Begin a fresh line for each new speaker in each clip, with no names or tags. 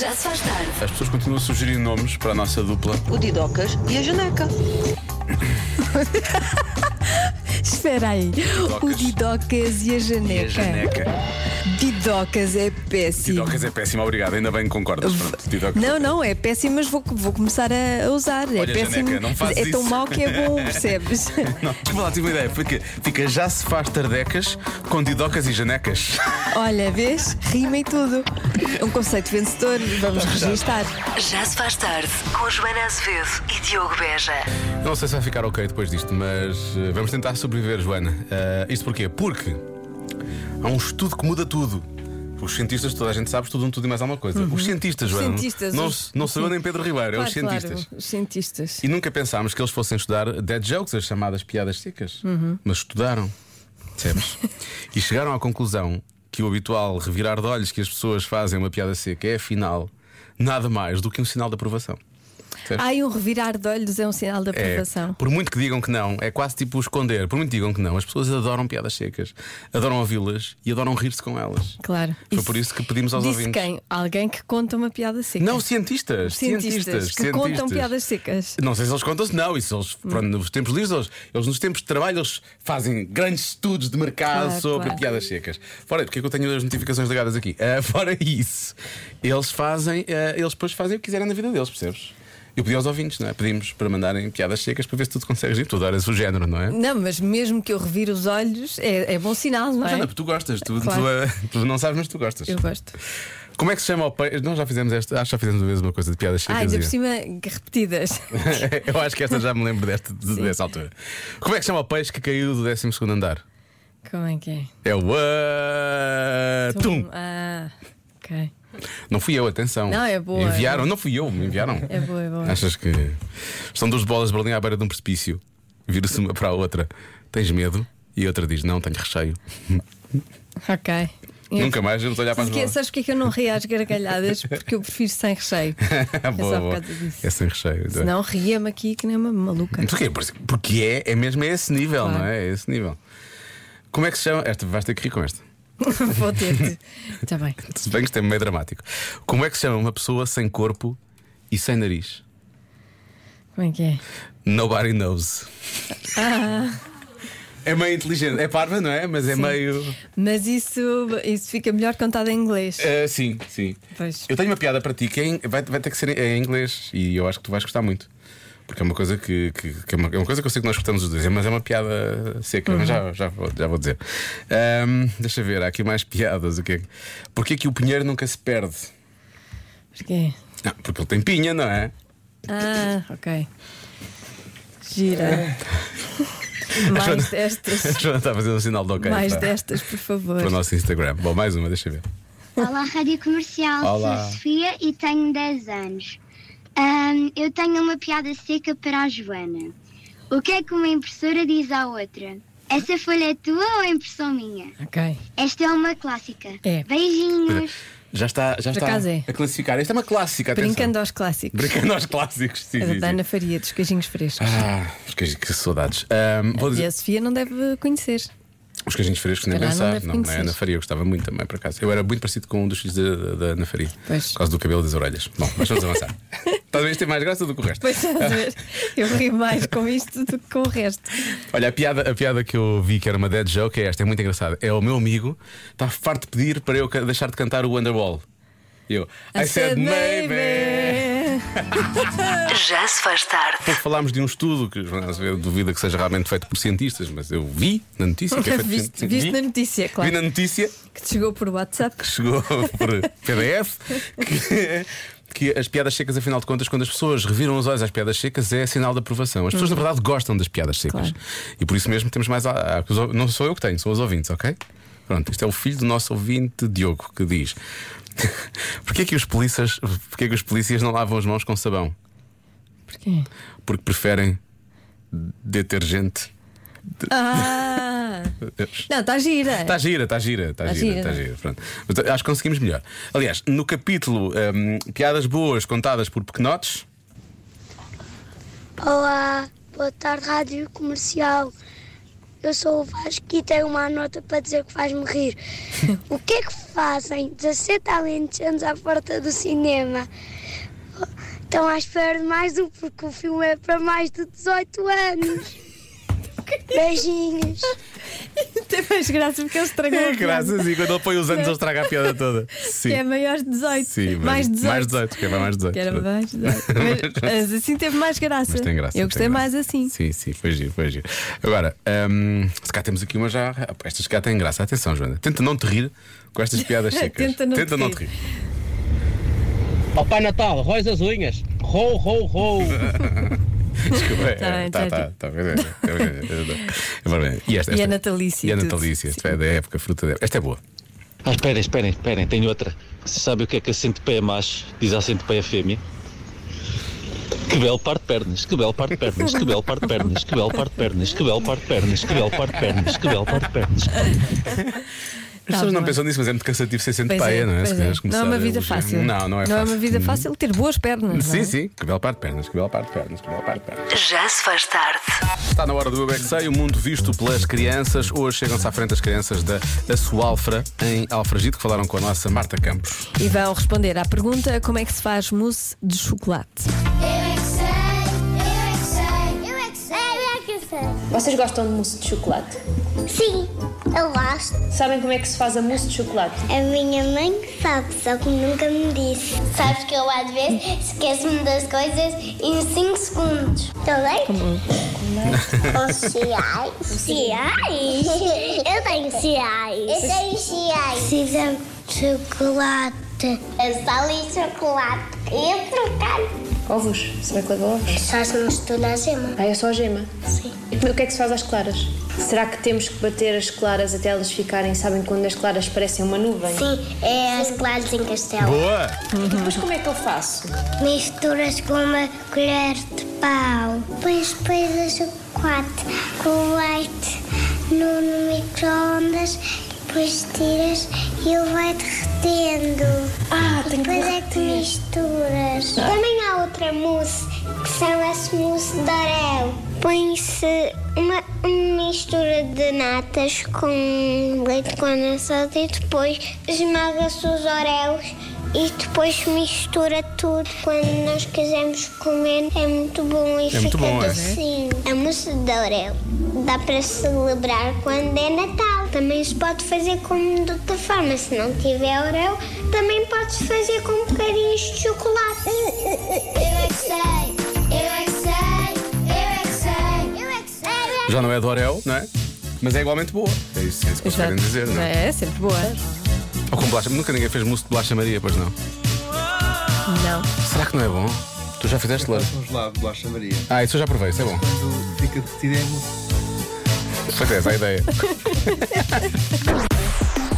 Já se faz tarde.
As pessoas continuam a sugerir nomes para a nossa dupla.
o Didocas e a Janeca.
Espera aí. O Didocas e a Janeca. Didocas é péssimo.
Tidocas é péssimo, obrigado. Ainda bem que concordas. Pronto, Tidocas.
Não, não, é péssimo, mas vou, vou começar a a usar. é
Olha,
péssimo.
Janeca, não fazes
é tão
isso.
mau que é bom, percebes?
Não, desculpa lá, tive uma ideia. Fica, fica já se faz tardecas com Tidocas e janecas.
Olha, vês? Rima e tudo. Um conceito vencedor, vamos
Tá,
registar.
É
Já se faz tarde com Joana Azevedo e Diogo Beja.
Não sei se vai ficar ok depois disto, mas eh, vamos tentar sobreviver, Joana. Eh, isto porquê? Porque há um estudo que muda tudo. Os cientistas, toda a gente sabe, estudam tudo e mais alguma coisa. Os cientistas, Joana. não-
Uhum. cientistas,
não,
os-
não sou eu nem Pedro Ribeiro, é os
Claro, claro,
cientistas.
os cientistas.
E nunca pensámos que eles fossem estudar dead jokes, as chamadas piadas secas.
Uhum.
Mas estudaram. Percebes? e chegaram à conclusão que o habitual revirar de olhos que as pessoas fazem a uma piada seca é, afinal, nada mais do que um sinal de aprovação.
Ai, um revirar de olhos é um sinal de
É,
aprovação.
por muito que digam que não, é quase tipo esconder. Por muito que digam que não, as pessoas adoram piadas secas, adoram ouvi-las e adoram rir-se com elas.
Claro.
Foi por isso que pedimos aos
Disse
ouvintes.
quem? Alguém que conta uma piada seca.
Não, cientistas,
cientistas,
cientistas,
que contam piadas secas.
Não sei se eles contam-se, não. Isso eles, pronto, nos tempos livres, eles, eles nos tempos de trabalho, eles fazem grandes estudos de mercado
Claro,
sobre
claro.
piadas secas. Fora, porque é que eu tenho as notificações ligadas aqui? Ah, fora isso, eles fazem, ah, eles depois fazem o que quiserem na vida deles, percebes? Eu pedi aos ouvintes, não é? Pedimos para mandarem piadas secas para ver se tu te consegues ir. Tu adoras o género, não é?
Não, mas mesmo que eu revire os olhos, é, é bom sinal, não é?
Jana, tu gostas, tu,
Claro.
tu, ah, tu não sabes, mas tu gostas.
Eu gosto.
Como é que se chama o peixe? Nós já fizemos esta, acho que já fizemos uma vez uma coisa de piadas secas.
Ah, ainda
e-
por cima, repetidas.
Eu acho que esta já me lembro desta, de- dessa altura. Como é que chama o peixe que caiu do 12 andar?
Como é que é?
É o Atum.
Ah, ok.
Não fui eu, atenção.
Não, é boa.
Enviaram, não fui eu, me enviaram.
É boa, é boa.
Achas que. São duas bolas de Berlim à beira de um precipício. Vira-se uma para a outra. Tens medo? E a outra diz: Não, tenho recheio.
Ok. Eu-
Nunca mais vamos olhar para as
Sabes, que,
bolas.
sabes porque é que eu não ri às gargalhadas? Porque eu prefiro sem recheio.
boa,
só por
boa.
causa disso.
É sem recheio.
Senão ria-me aqui que nem uma maluca.
Porquê? Por- Porque é, é mesmo a esse nível,
Claro.
não é? É esse nível. Como é que se chama? Esta, vais ter que rir com esta.
Vou ter-te. Está bem.
Se bem que isto é meio dramático. Como é que se chama uma pessoa sem corpo e sem nariz?
Como é que é?
Nobody knows. É meio inteligente. É parva, não é? Mas é meio.
Mas isso, isso fica melhor contado em inglês.
Ah, sim, sim.
Pois.
Eu tenho uma piada para ti que é em- vai, vai ter que ser em- em inglês e eu acho que tu vais gostar muito. Porque é uma coisa que, que- que é, uma, é uma coisa que eu sei que nós gostamos os dois, mas é uma piada seca, mas já, já, vou, já vou dizer. Ahm, deixa ver, há aqui mais piadas. O que é que- Porquê que o pinheiro nunca se perde?
Porquê?
Ah, porque ele tem pinha, não é?
é? Ah, ok. Gira. Mais
A
destas.
Joana está a fazer um sinal de ok.
Mais
para-
destas, por favor.
para o nosso Instagram. Bom, mais uma, deixa ver.
Olá, Rádio Comercial.
Olá.
Sou a Sofia e tenho 10 anos. Ahm, eu tenho uma piada seca para a Joana. O que é que uma impressora diz à outra? Essa folha é tua ou é impressão minha?
Ok.
Esta é uma clássica.
É.
Beijinhos.
Já está, já
Por
está
acaso é.
a classificar. Esta é uma clássica, atenção.
Brincando aos clássicos.
Brincando aos clássicos, sim,
A
sim,
da
sim.
Ana Faria, dos queijinhos frescos.
Ah, os queijinhos, que saudades. Ahm, vou
E
dizer,
a Sofia não deve conhecer.
os queijinhos frescos, nem
calhar não
pensar.
deve
Não, não, é
conhecer.
Ana Faria, eu gostava muito também, por acaso. Eu era muito parecido com um dos filhos da, da- da Ana Faria.
Pois.
Por causa do cabelo e das orelhas. Bom, mas vamos avançar. Talvez tenha mais graça do que o resto.
Pois estás a ver? Eu ri mais com isto do que com o resto.
Olha, a piada, a piada que eu vi que era uma dead joke é esta, é muito engraçada. É o meu amigo, está farto de pedir para eu ca- deixar de cantar o Wonderwall. E Eu, I, said maybe.
Já se faz tarde.
Pouco falámos de um estudo que Joana Azevedo duvida que seja realmente feito por cientistas, mas eu vi na notícia que é feito por
Viste,
cientistas.
viste
Vi-
na notícia,
Vi
claro.
na notícia
Que te chegou por WhatsApp.
que chegou por PDF que, que as piadas secas, afinal de contas, quando as pessoas reviram os olhos às piadas secas, é sinal de aprovação. As pessoas, na verdade, gostam das piadas secas.
Claro.
E por isso mesmo temos mais. a- a- que os ou- não sou eu que tenho, são os ouvintes, ok? Pronto, isto é o filho do nosso ouvinte Diogo que diz: Porquê que os polícias, porquê que os polícias não lavam as mãos com sabão?
Porquê?
Porque preferem detergente.
Ah! Não, está gira.
Está gira, está gira, está
Tá
gira,
gira,
está
não é?
gira. pronto. Mas acho que conseguimos melhor. Aliás, no capítulo hum, Piadas Boas Contadas por Pequenotes,
Olá, boa tarde, Rádio Comercial.
Eu sou o Vasco e tenho uma nota para dizer que faz-me rir. O que é que fazem 17 alentejanos à porta do cinema? Estão à espera de mais um, porque o filme é para mais de 18 anos. Beijinhos.
Tem mais graça porque eles estragam a
É,
piada.
graças, e quando ele põe os anos, ele estraga a piada toda. Sim.
Que é maior de 18.
Sim, mas-
mais 18.
mais 18, que é mais 18.
Que era mais 18. Mas, mas assim teve mais graça.
Mas tem graça.
Eu
tem
gostei
graça.
mais assim.
Sim, sim, foi giro, foi giro. Agora, hum, se cá temos aqui uma já. Estas se cá têm graça. Atenção, Joana. Tenta não te rir com estas piadas secas.
Tenta não te
te
rir.
rir.
Papai Natal, róis as unhas. Rou, rou, rou.
Desculpa. é,
Tá bem,
tá,
tá
tá, tá, é, é, é, é, é. E esta-
E é
esta-
natalícia
E é
tudo.
natalícia. Esta é da época, fruta da época. Esta é boa.
Ah, esperem, esperem, esperem, tenho outra. Vocês sabem o que é que a centopeia macho diz à centopeia fêmea? Que belo par de pernas, que belo par de pernas, que belo par de pernas, que belo par de pernas, que belo par de pernas, que belo par de pernas, que belo par de pernas.
As pessoas não
bem.
pensam nisso, mas é muito cansativo ser sempre
Pois
paia,
é,
não é?
pois
Se
é.
quiseres
Não
começar
é uma
a
vida
elogiar.
fácil.
Não, não é fácil.
uma vida fácil ter boas pernas. não
Sim,
é?
sim, que belo par de pernas, que belo par de pernas, que belo par de pernas.
Já se faz tarde.
Está na hora do Eu É Que Sei, o mundo visto pelas crianças. Hoje chegam-se à frente as crianças da Assoalfra, em Alfragide, que falaram com a nossa Marta Campos.
E vão responder à pergunta como é que se faz mousse de chocolate.
Eu é que sei, eu é que sei, eu é que sei, eu é
Vocês gostam de mousse de chocolate?
que sei. Sim, eu gosto.
Sabem como é que se faz a mousse de chocolate?
A minha mãe sabe, só que nunca me disse. Sabes que eu às vezes esqueço-me das coisas em 5 segundos. Tá Também? Os ciais. Ciais? Eu tenho ciais. Eu tenho ciais. Precisa de chocolate. É sal e chocolate. E a trocar.
Ovos? Será que leva ovos?
É Só se mistura a gema.
Ah, é só a gema?
Sim.
E como- o que é que se faz às claras? Será que temos que bater as claras até elas ficarem, sabem, quando as claras parecem uma nuvem?
Sim, é as claras em castelo.
Boa!
E depois como é que eu faço?
Misturas com uma colher de pau. Depois pões o chocolate com o leite no, no micro-ondas. Depois tiras e ele vai derretendo.
Ah,
E
tenho que Ah.
depois é que misturas. Também há outra mousse, que são as mousse de orel. Põe-se uma, uma mistura de natas com leite condensado e depois esmaga-se os orelos e depois mistura tudo. Quando nós quisermos comer é muito bom e
É muito
fica
bom, é?
docinho. A mousse de orel dá para celebrar quando é Natal. Também se pode fazer com de outra forma. Se não tiver orel, também pode-se fazer com bocadinhos de chocolate. Eu é que sei, eu é que sei, eu é que sei, eu é que sei.
Já não é do Orel, não é? Mas é igualmente boa. É isso, é isso que eles querem dizer, não é?
É, sempre boa.
Ou com bolacha. Nunca ninguém fez mousse de bolacha Maria, pois não?
Não.
Será que não é bom? Tu já fizeste lá?
Congelado, bolacha Maria.
Ah, isso eu já provei, isso é bom.
Quando fica detida é muito.
Pois é, essa é a ideia.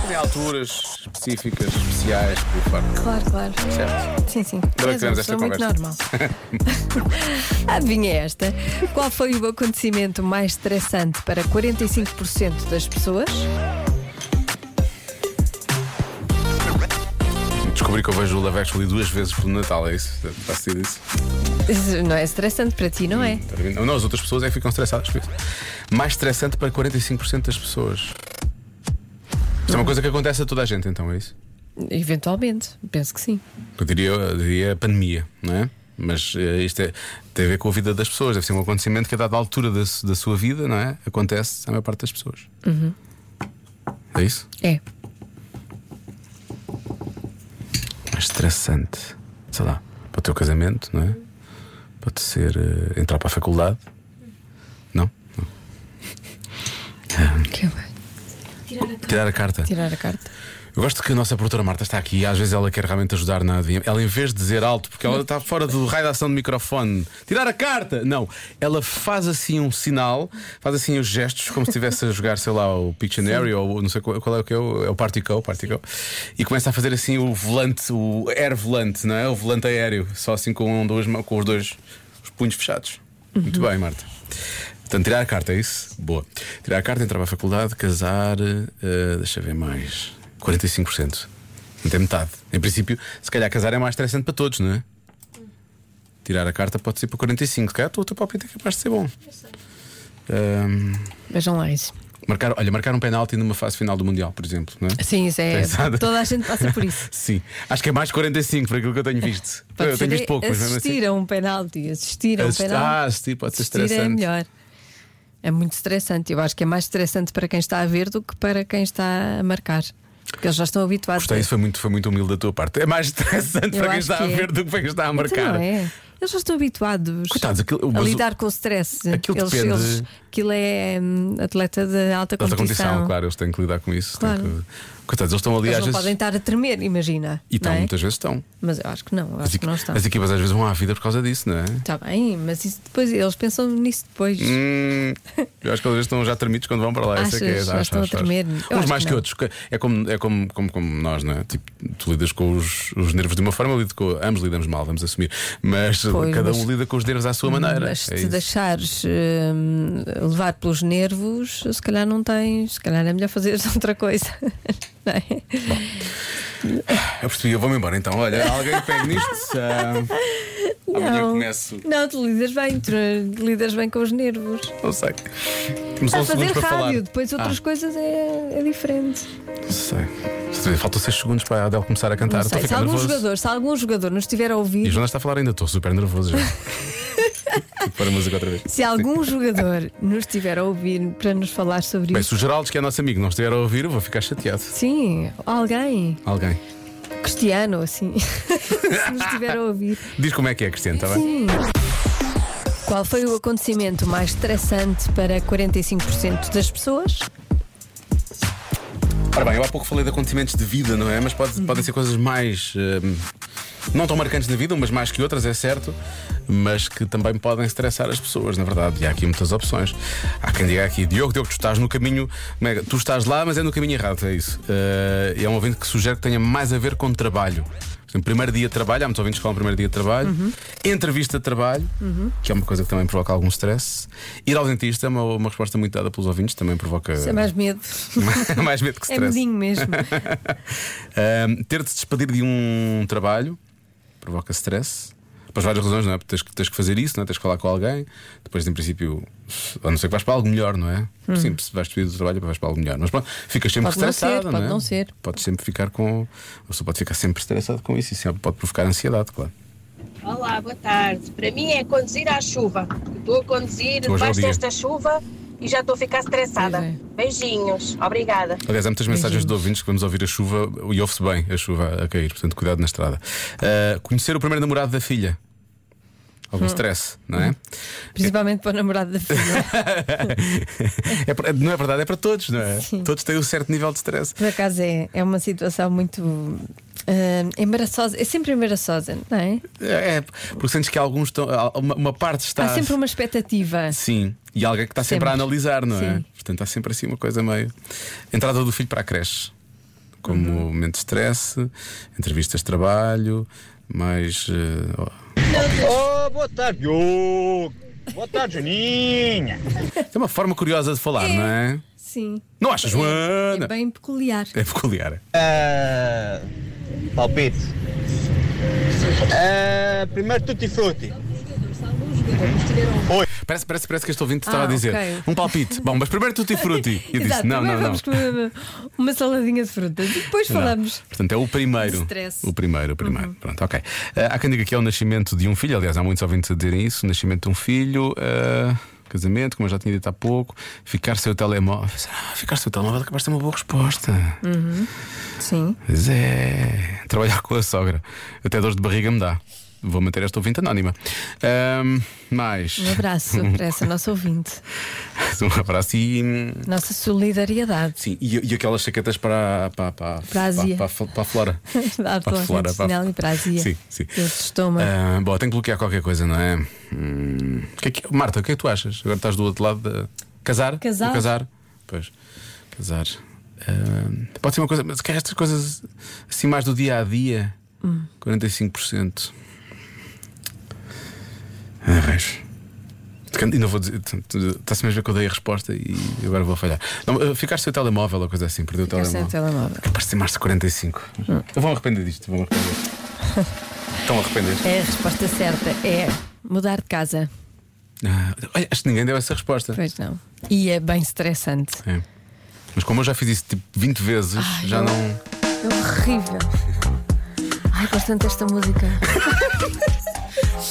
Tem alturas específicas, especiais, por parte.
Claro, claro.
é? Certo.
Sim, sim.
que
És uma
tivemos esta
pessoa muito normal. Adivinha é esta. Qual foi o acontecimento mais estressante para 45% das pessoas?
Descobri que eu vejo o Love Actually duas vezes pelo Natal, é isso? Faz sentido isso?
Isso Não é estressante para ti, não é?
Não, não, as outras pessoas é que ficam estressadas com isso. Mais estressante para 45% das pessoas. Isso é uma coisa que acontece a toda a gente, então, é isso?
Eventualmente, penso que sim.
Eu diria, eu diria pandemia, não é? Mas eh, isto é- tem a ver com a vida das pessoas, deve ser um acontecimento que, a dada altura da, su- da sua vida, não é? Acontece à maior parte das pessoas. É isso?
É.
Mais É estressante. Sei lá, para o teu casamento, não é? Pode ser eh, entrar para a faculdade. Não? Não.
Que bem.
Tirar a carta.
Tirar a carta.
Eu gosto que a nossa produtora Marta está aqui e às vezes ela quer realmente ajudar na adivinha. Ela, em vez de dizer alto, porque ela está fora do raio de ação do microfone, tirar a carta! Não, ela faz assim um sinal, faz assim os gestos, como se estivesse a jogar, sei lá, o Pictionary ou o- não sei qual, qual é o que é, o é o Particle, Particle, e começa a fazer assim o volante, o air volante, não é? O volante aéreo, só assim com, duas, mãos- com os dois os punhos fechados. Muito
Uhum.
bem, Marta. Portanto, tirar a carta, é isso? Boa. Tirar a carta, entrar para a faculdade, casar, eh, deixa eu ver mais. 45%. Não tem é metade. Em princípio, se calhar casar é mais estressante para todos, não é? Tirar a carta pode ser para 45%. Se calhar o teu palpite é capaz de ser bom. Ahm,
Vejam lá isso.
marcar, olha, marcar um penalti numa fase final do Mundial, por exemplo, não é?
Sim, isso é.
Pensada.
Toda a gente passa por isso.
Sim, acho que é mais 45, por aquilo que eu tenho visto.
Pode
eu tenho
ser
visto pouco, mas mesmo assim.
assistir a um penalti, assistir a um
Assist-
penalti.
Ah, assistir pode ser
Assistir é
estressante.
melhor. É muito estressante. Eu acho que é mais estressante para quem está a ver do que para quem está a marcar. Porque eles já estão habituados.
Gostei, isso foi muito, foi muito humilde da tua parte. É mais estressante
Eu
para quem
acho
está a
que é.
ver do que para quem está a
Então
marcar.
não é. Eles já estão habituados
Coitados, aquilo-
a
mas o-
lidar com o stress.
aquilo
eles,
depende-
eles- aquilo é hum, atleta de alta
Nossa
competição.
condição, claro, eles têm que lidar com isso. têm
Claro.
que- Coitados, eles estão ali
Eles não
às vezes.
podem estar a tremer, imagina.
E estão,
não é?
muitas vezes estão.
Mas eu acho que não, eu
As,
acho que não
equi-
estão.
as equipas às vezes vão à vida por causa disso, não é?
Está bem, mas isso depois eles pensam nisso depois.
Hum, eu acho que às vezes estão já tremidos quando vão para lá. Essa é que é,
Achas? Já
acho,
estão a
acho,
tremer?
acho.
Eu
Uns
acho
mais
que
que,
não.
outros. É como, é como, como, como nós, não é? Tipo, tu lidas com os, os nervos de uma forma, eu lido com. Ambos lidamos mal, vamos assumir. Mas
Pois,
cada
mas-
um lida com os nervos à sua maneira.
Mas se
É
te
isso.
deixares hum, levar pelos nervos, se calhar não tens, se calhar é melhor fazeres outra coisa. Não é?
Eu percebi, eu vou-me embora então. Olha, alguém pega nisto. ah, Amanhã
Não.
começo.
Não, tu lidas bem, tu lidas bem com os nervos.
Não sei. Temos
A fazer
11 segundos para falar. Ah,
rádio, depois outras coisas é, é diferente.
Não sei. Faltam 6 segundos para a Adele começar a cantar.
Não
Estou a
sei, se
ficar
algum
nervoso.
jogador, se algum jogador nos estiver a
E
ouvir,
a Joana está a falar ainda, estou super nervoso já. Vou pôr a música outra vez.
se algum jogador nos estiver a ouvir para nos falar sobre
Bem,
isso.
se o Geraldo, que é nosso amigo, não estiver a ouvir, eu vou ficar chateado.
Sim, alguém,
Alguém.
Cristiano, assim, se nos estiver a ouvir.
Diz como é que é, Cristiano, está bem?
Sim. Qual foi o acontecimento mais estressante para 45% das pessoas?
Ora bem, eu há pouco falei de acontecimentos de vida, não é? Mas
Uhum.
pode- podem ser coisas mais. hum, não tão marcantes na vida, umas mais que outras, é certo, mas que também podem estressar as pessoas, na verdade. E há aqui muitas opções. Há quem diga aqui, Diogo, Diogo, tu estás no caminho. como é que- Tu estás lá, mas é no caminho errado, é isso. Eh, e é um ouvinte que sugere que tenha mais a ver com trabalho. Por exemplo, primeiro dia de trabalho, há muitos ouvintes que falam primeiro dia de trabalho,
Uhum.
entrevista de trabalho, que é uma coisa que também provoca algum stress. Ir ao dentista é uma, uma resposta muito dada pelos ouvintes, também provoca
Isso é mais medo.
mais medo
É
que stress.
medinho mesmo.
Ahm, ter de se despedir de um trabalho provoca stress. Por várias razões, não é? Porque tens, que- tens que fazer isso, não é? tens que falar com alguém. Depois, em princípio, a não ser que vais para algo melhor, não é? Sim, se vais despedir do trabalho, vais para algo melhor. Mas pronto, ficas sempre
Hum. Pode não
estressado,
ser, pode
é?
não ser.
Podes sempre ficar com. A pessoa pode ficar sempre estressado com isso e sempre pode provocar ansiedade, claro.
Olá, boa tarde. Para mim é conduzir à chuva. Estou a conduzir
Hoje é o
debaixo
dia.
desta chuva e já estou a ficar estressada.
Pois é.
Beijinhos. Obrigada.
Aliás, há muitas mensagens de ouvintes que vamos ouvir a chuva e ouve-se bem a chuva a cair, portanto, cuidado na estrada. Ah, conhecer o primeiro namorado da filha. Algum
Hum.
stress, não é?
Principalmente para o namorado da filha.
É pra- não é verdade, é para todos, não é? Todos têm um certo nível de stress.
Por acaso é, é uma situação muito ah, embaraçosa. É sempre embaraçosa, não é?
É, é, porque sentes que alguns estão. há Uma, uma parte está.
Há sempre uma expectativa.
Sim, e alguém que está
Sempre.
sempre, a analisar, não é?
Sim.
Portanto, há sempre assim uma coisa meio. Entrada do filho para a creche. Como
Uhum.
momento de stress, entrevistas de trabalho, mais. eh, ó.
Oh, boa tarde, Diogo. Boa tarde, Juninha.
É uma forma curiosa de falar, não é?
Sim.
Não achas,
É
Joana?
bem peculiar.
É peculiar.
Ah, palpite. Ah, primeiro tutti frutti.
Parece, parece, parece que este ouvinte estava
Ah,
a dizer
ok.
um palpite. Bom, mas primeiro tutti frutti. E disse:
Exato,
Não, não,
primeiro
não.
vamos comer uma, uma saladinha de frutas e depois
Não.
falamos.
Portanto, é o primeiro.
Stress. Uhum.
O primeiro, o primeiro. Pronto, ok. Eh, há quem diga que é o nascimento de um filho, aliás, há muitos ouvintes a dizerem isso: o nascimento de um filho, eh, casamento, como eu já tinha dito há pouco, ficar sem o telemóvel. Ah, ficar sem o telemóvel capaz de ter uma boa resposta.
Sim.
Pois é. Trabalhar com a sogra. Até dores de barriga me dá. Vou manter esta ouvinte anónima. Ahm, mais.
Um abraço para essa nossa ouvinte.
Um abraço e.
Nossa solidariedade.
Sim, e, e aquelas chaquetas para, para, para,
Para a Ásia.
para, para, para a flora.
Dá
Para a flora, para a-
e para a azia.
Sim, sim.
Eu te estômago.
Ah, bom, tenho que bloquear qualquer coisa, não é? Hum, o que é que- Marta, o que é que tu achas? Agora estás do outro lado de... Casar?
Casar.
Do casar? Pois, casar. Ah, pode ser uma coisa, mas quer estas coisas assim mais do dia a dia?
Hum.
45%. Ah, raios. E não vou dizer, está-se mesmo a ver que eu dei a resposta e agora vou falhar. Não, ah, ficaste sem o telemóvel ou coisa assim, perdeu o
Ficar sem o
telemóvel.
telemóvel. Hum.
Capaz de ser mais de 45. Eu vou me arrepender disto, vou me arrepender. Estão a arrepender.
É, A resposta certa é mudar de casa.
Ah, olha, acho que ninguém deu essa resposta.
Pois não. E é bem estressante.
É. Mas como eu já fiz isso tipo 20 vezes,
Ai,
já
eu-
não.
É horrível. Ai, gosto tanto desta música.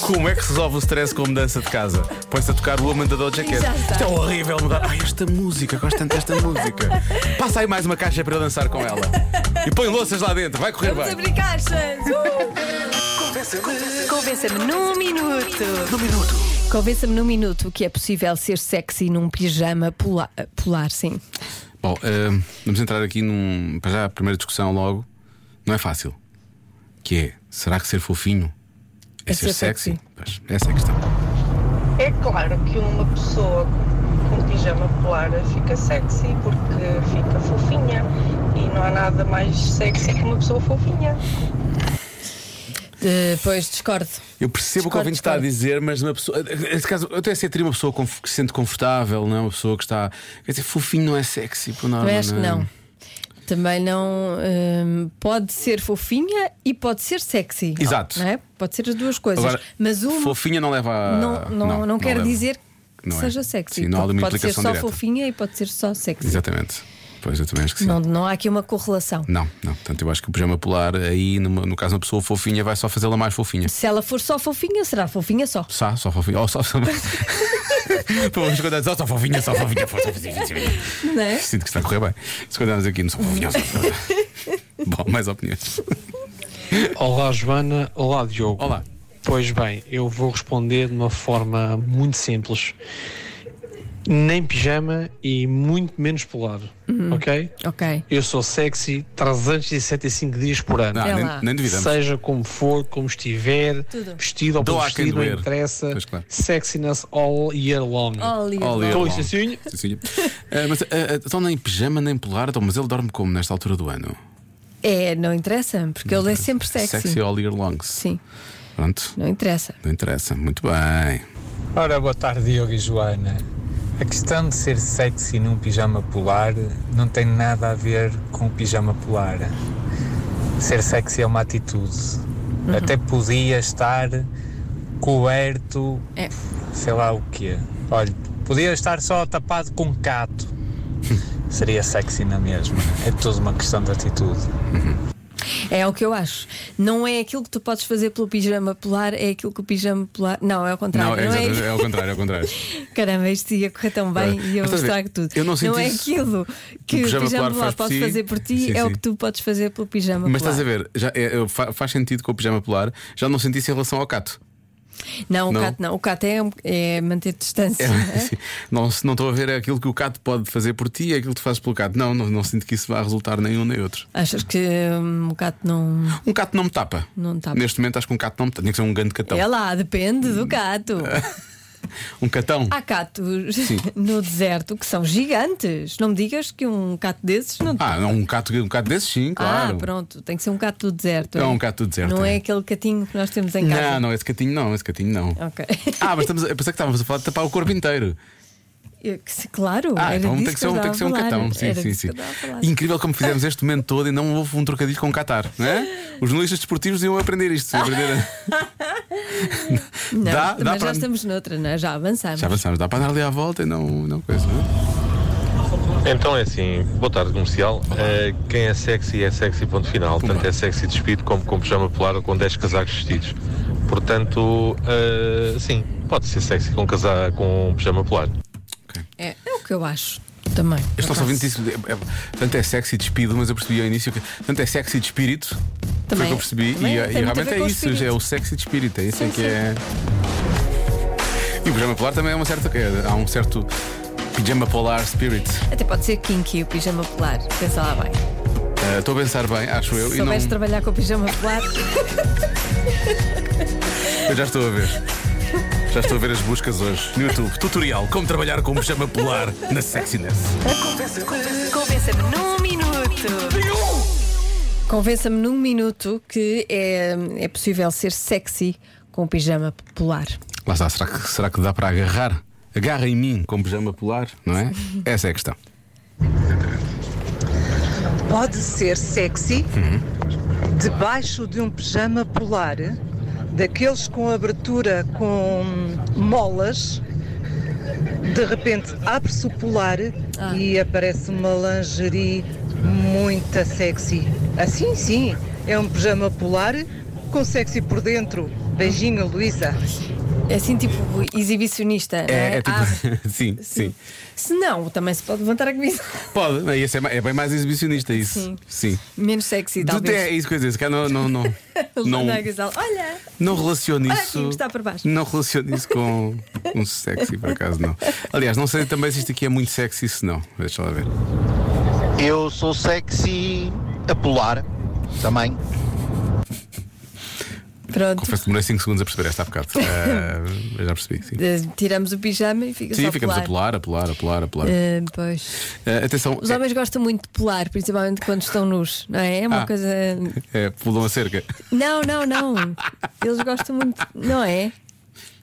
Como é que se resolve o stress com a mudança de casa? Põe-se a tocar Woman da Doja Cat.
Já está.
Isto é horrível mudar. Ai, esta música, gosto tanto desta música. Passa aí mais uma caixa para eu dançar com ela. E põe louças lá dentro, vai correr bem.
abrir caixas! Uh! Convença-me num minuto. Num minuto. Convença-me num minuto que é possível ser sexy num pijama pola- polar, sim.
Bom, ahm, vamos entrar aqui num. Para já, a primeira discussão logo. Não é fácil. Que é, será que ser fofinho é,
É
ser,
ser
sexy?
sexy.
Pois, essa é a questão.
É claro que uma pessoa com pijama polar fica sexy porque fica fofinha e não há nada mais sexy que uma pessoa fofinha.
Depois Eh, discordo.
Eu percebo o que o ouvinte está a dizer, mas uma pessoa. Nesse caso, eu até seria uma pessoa conf- que se sente confortável, não é? Uma pessoa que está. Quer dizer, fofinho não é sexy, por norma.
Mas
é?
não. Também não. hum, pode ser fofinha e pode ser sexy.
Exato.
Não é? Pode ser as duas coisas.
Agora,
mas uma
Fofinha Ah, não leva a.
não, não, não, quer
leva.
dizer que
Não é.
seja sexy.
Sim, não há ali uma
pode ser
implicação
só
direta.
fofinha e pode ser só sexy.
Exatamente. Pois eu também acho que sim.
Não, não há aqui uma correlação.
Não, não. Portanto, eu acho que o pijama polar, aí, numa- no caso, uma pessoa fofinha vai só fazê-la mais fofinha.
Se ela for só fofinha, será fofinha só.
Só, só fofinha. Ou só. só... Pô, mas quando é só, só fofinha, só fofinha, só fofinha, só fofinha.
Não é?
Sinto que está a correr bem. Se continuarmos aqui, não sou fofinha, só fofinha. Bom, mais opiniões.
Olá Joana, olá Diogo.
Olá.
Pois bem, eu vou responder de uma forma muito simples. Nem pijama e muito menos polar,
Uhum.
ok?
Ok.
Eu sou sexy 365 dias por ano.
Não, É nem- lá. nem duvidamos.
Seja como for, como estiver,
Tudo.
vestido ou
Dou
por
a quem
vestido, não
doer.
interessa. Sexiness all year long.
All year
All year
Com assim,
long.
licencinha.
Sim, sim. Ah, mas ah, ah, então nem pijama nem polar, então, mas ele dorme como nesta altura do ano?
É, não interessa, porque ele é sempre sexy.
Sexy all year long.
Sim.
Pronto.
Não interessa.
Não interessa. Muito bem.
Ora, boa tarde, Diogo e Joana. A questão de ser sexy num pijama polar não tem nada a ver com o pijama polar. Ser sexy é uma atitude. Até podia estar coberto, sei lá o quê. Olha, podia estar só tapado com um cato. Seria sexy na mesma. É tudo uma questão de atitude.
É o que eu acho. Não é aquilo que tu podes fazer pelo pijama polar, é aquilo que o pijama polar. Não, é o contrário.
não, é,
não é
exatamente, é ao contrário, é ao contrário.
Caramba, isto ia correr tão bem
Olha,
e eu
mas estás a ver,
estrago tudo.
eu não sinto
é
isso.
aquilo que o
pijama
pijama,
polar
polar
faz por
pode
ti.
fazer por ti,
Sim,
é o
sim.
que tu podes fazer pelo pijama
Mas
polar.
estás a ver, já é- é- fa- faz sentido com o pijama polar, já não senti isso em relação ao cato.
Não, o
Não.
cato não. O cato é, é manter distância.
É, sim. não, se não estou a ver é aquilo que o cato pode fazer por ti, é aquilo que tu fazes pelo cato. Não, não, não sinto que isso vá resultar nenhum nem outro.
Achas que hum, o cato não.
Um cato não me tapa.
Não tapa.
Neste momento acho que um cato não me tapa. Tinha que ser um grande catão.
É lá, depende
Hum.
do gato.
Um catão.
Há catos
Sim.
no deserto que são gigantes. Não me digas que um cato desses não.
Ah, não, um cato, um cato desses sim, claro.
Ah, pronto, tem que ser um cato do deserto.
É um cato do deserto,
Não
é.
é aquele catinho que nós temos em
Não,
casa.
não, esse catinho não, esse catinho não.
Ok.
Ah, mas estamos a, eu pensei que estávamos a falar de tapar o corpo inteiro.
Eu- que se- Claro,
Ah,
era
então
disso
tem que ser,
eu
um- tem
estava
que ser um
a falar.
catão. Sim,
Era
sim,
disso
sim.
que eu estava a falar.
Incrível como fizemos este momento todo e não houve um trocadilho com Qatar, não é? Os jornalistas desportivos iam aprender isto. iam aprender a-
Não,
Dá-
mas
dá
já
para-
estamos noutra, não é? já avançamos.
Já avançamos, dá para andar ali à volta e não, não coisa. não é?
Então é assim, boa tarde comercial. Eh, quem é sexy é sexy, ponto final. Tanto é sexy despido como com pijama polar ou com 10 casacos vestidos. Portanto, eh, sim, pode ser sexy com, casa, com pijama polar.
É, é o que eu acho também.
Eu estou
por
só
acaso.
ouvindo isso. é- é- Tanto é sexy de espírito, mas eu percebi ao início que. Tanto é sexy de espírito. foi
Também-
o que eu percebi.
também
e
tem
e
muito a
realmente
ver
é
com o
isso.
espírito.
É o sexy de espírito. É isso é
Sim,
que
sim.
é. E o pijama polar também é uma certa. é, Há um certo pijama polar spirit.
Até pode ser kinky o pijama polar. Pensa lá bem.
Eh, Estou a pensar bem, acho eu.
Se
E não,
souberes trabalhar com o pijama polar,
eu já estou a ver. Já estou a ver as buscas hoje no YouTube. Tutorial: Como trabalhar com um pijama polar na sexiness.
convença-me num minuto. Convença-me num minuto que é, é possível ser sexy com o pijama polar.
Lá está, será que, será que dá para agarrar? Agarra em mim com pijama polar, não é? Essa é a questão.
Pode ser sexy debaixo de um pijama polar, daqueles com abertura com molas de repente abre-se o polar e aparece uma lingerie muito sexy. Assim sim, é um pijama polar com sexy por dentro. Beijinho, Luísa.
É assim tipo exibicionista. não
É,
É,
é tipo.
Ah,
sim, sim.
se não, também se pode levantar a camisa.
Pode, né? Esse é, ma- é bem mais exibicionista isso.
Sim.
Sim.
Menos sexy,
Tu te- é
talvez.
isso que eu ia dizer, se calhar não, não, não,
Levanta
não,
a camisola. Olha!
não relaciono
Olha
isso.
aqui, está por baixo.
Não relaciono isso com um sexy, por acaso não. Aliás, não sei também se isto aqui é muito sexy, se não. Deixa lá ver.
Eu sou sexy a pular também.
Pronto.
Confesso que demorei 5 segundos a perceber esta há bocado. Ah, mas já percebi, sim.
Eh, Tiramos o pijama e fica
Sim,
só
ficamos a pular, a pular, a pular, a pular.
Eh, pois.
Ah, atenção,
Os homens gostam muito de pular, principalmente quando estão nus, não é? É uma
Ah.
coisa.
é, pulam a cerca.
Não, não, não. Eles gostam muito, não é?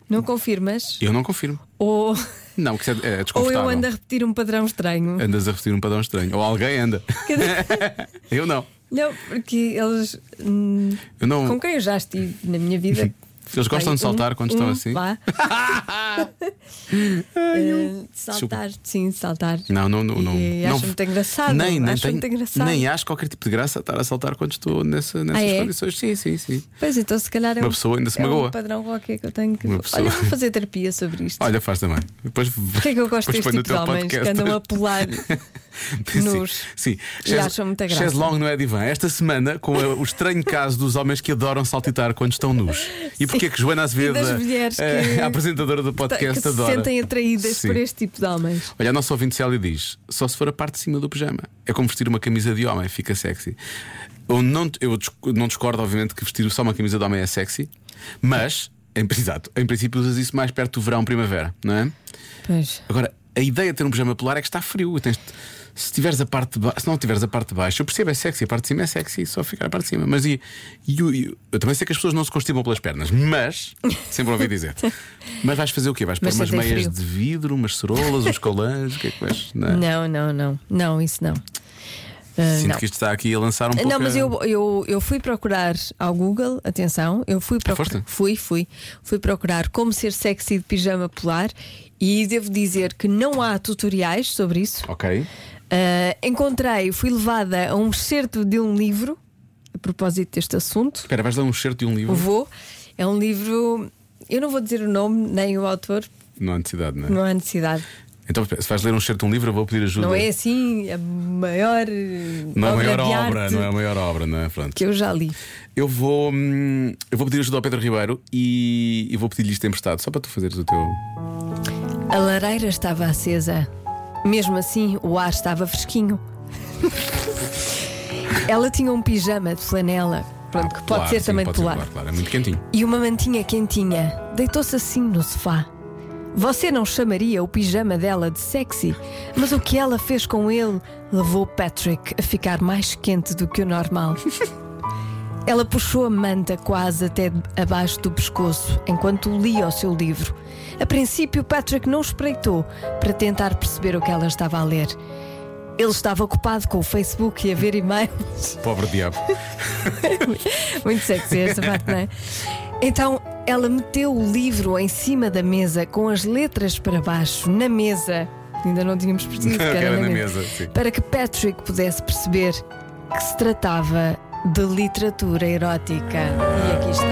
Não confirmas?
Eu não confirmo.
Ou,
Não, que isso é, é
ou
desconfortável.
eu ando a repetir um padrão estranho?
Andas a repetir um padrão estranho. Ou alguém anda. eu não.
Não, porque eles. hum,
Eu não-
Com quem eu já estive na minha vida.
Eles gostam
Ai,
de saltar
um-
quando estão
um,
assim?
Vá. Eh, saltar, sim, saltar.
Não, não, não. não,
E
não
acho muito engraçado.
Nem, nem,
acho
tenho-
muito engraçado.
nem acho qualquer tipo de graça estar a saltar quando estou nessa, nessas
Ah, é?
condições. Sim, sim, sim.
Pois então, se calhar é
Uma
um-
pessoa ainda se
é
magoa.
um padrão qualquer que eu tenho que.
Uma pessoa-
Olha, vou fazer terapia sobre isto.
Olha, faz também. Depois,
Porquê é que eu gosto deste
depois põe no
tipo de
teu
homens que
podcast.
andam a pular nos.
Sim,
E acham muita graça.
Chaz Long não é divã. Esta semana, com a- o estranho caso dos homens que adoram saltitar quando estão nus. E porquê que Joana Azevedo,
E das mulheres
eh,
que-
a apresentadora do podcast,
que se
adora.
sentem atraídas
Sim.
por este tipo de homens.
Olha, a nossa ouvinte Célia diz: só se for a parte de cima do pijama. É como vestir uma camisa de homem, fica sexy. Eu não, eu dis- não discordo, obviamente, que vestir só uma camisa de homem é sexy, mas, em, exato, em princípio, usas isso mais perto do verão, primavera, não é?
Pois.
Agora, a ideia de ter um pijama polar é que está frio. Tens- se, tiveres a parte de ba- se não tiveres a parte de baixo, eu percebo, é sexy, a parte de cima é sexy, só ficar a parte de cima. Mas e, e o- e o- eu também sei que as pessoas não se constipam pelas pernas, mas sempre ouvi dizer. mas vais fazer o quê? Vais pôr
Mas
umas
sentem
meias
frio.
de vidro, umas cerolas, uns colãs, o que é que vais? Não, é?
Não, não, não. Não, isso não. Ah,
Sinto
não. Ah,
que isto está aqui a lançar um pouco.
Não, mas
a-
eu, eu, eu fui procurar ao Google, atenção, eu fui procurar.
foste?
Fui, fui. Fui procurar como ser sexy de pijama polar e devo dizer que não há tutoriais sobre isso.
Ok.
Ah, encontrei, fui levada a um excerto de um livro, a propósito deste assunto.
Espera, vais dar um certo de um livro?
Vou. É um livro, eu não vou dizer o nome nem o autor,
Não há necessidade, não é?
não há necessidade.
Então, espera, se vais ler um certo de um livro, eu vou pedir ajuda.
Não é assim a maior. eh,
Não é a maior
de
obra,
arte
não é a maior obra, não é? Pronto.
Que eu já li.
Eu vou, hum, eu vou pedir ajuda ao Pedro Ribeiro e, e vou pedir-lhe isto emprestado, só para tu fazeres o teu.
A lareira estava acesa. Mesmo assim, o ar estava fresquinho. Ela tinha um pijama de flanela, pronto, que pode
Claro,
ser
sim,
também
pode
polar,
Claro, claro, é muito quentinho.
e uma mantinha quentinha. Deitou-se assim no sofá. Você não chamaria o pijama dela de sexy, mas o que ela fez com ele levou Patrick a ficar mais quente do que o normal. Ela puxou a manta quase até abaixo do pescoço enquanto lia o seu livro. A princípio, Patrick não espreitou para tentar perceber o que ela estava a ler. Ele estava ocupado com o Facebook e a ver e-mails.
Pobre diabo.
Muito sexy esta parte, não é? Então ela meteu o livro em cima da mesa com as letras para baixo, na mesa. Ainda não tínhamos percebido que
Que
era,
era
na
na
mesa.
mesa, sim.
Para que Patrick pudesse perceber que se tratava de literatura erótica. E aqui está.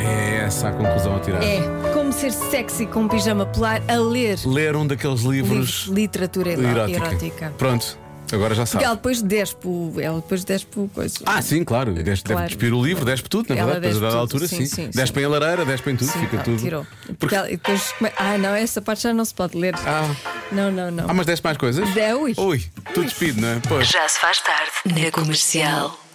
É essa a conclusão a tirar.
É como ser sexy com um pijama polar a ler
Ler um daqueles livros
livros de literatura
de
eró-
erótica. Tá.
erótica.
Pronto, agora já
Porque
sabe.
ela depois despe o. Ela depois despe o coisa.
Ah, sim, claro. Despe,
Claro.
Deve despir o livro, despe tudo, na
Ela
verdade, depois a
despe
dada
tudo,
altura,
sim,
sim.
sim, sim.
Despem a lareira, despem tudo, fica
Ah,
tudo.
Tirou. Porque ela- e depois come- Ah, não, essa parte já não se pode ler.
Ah.
Não, não, não.
Ah, mas despe mais coisas?
É, ui.
Ui, tudo despido, não é? Pois.
Já se faz tarde na comercial.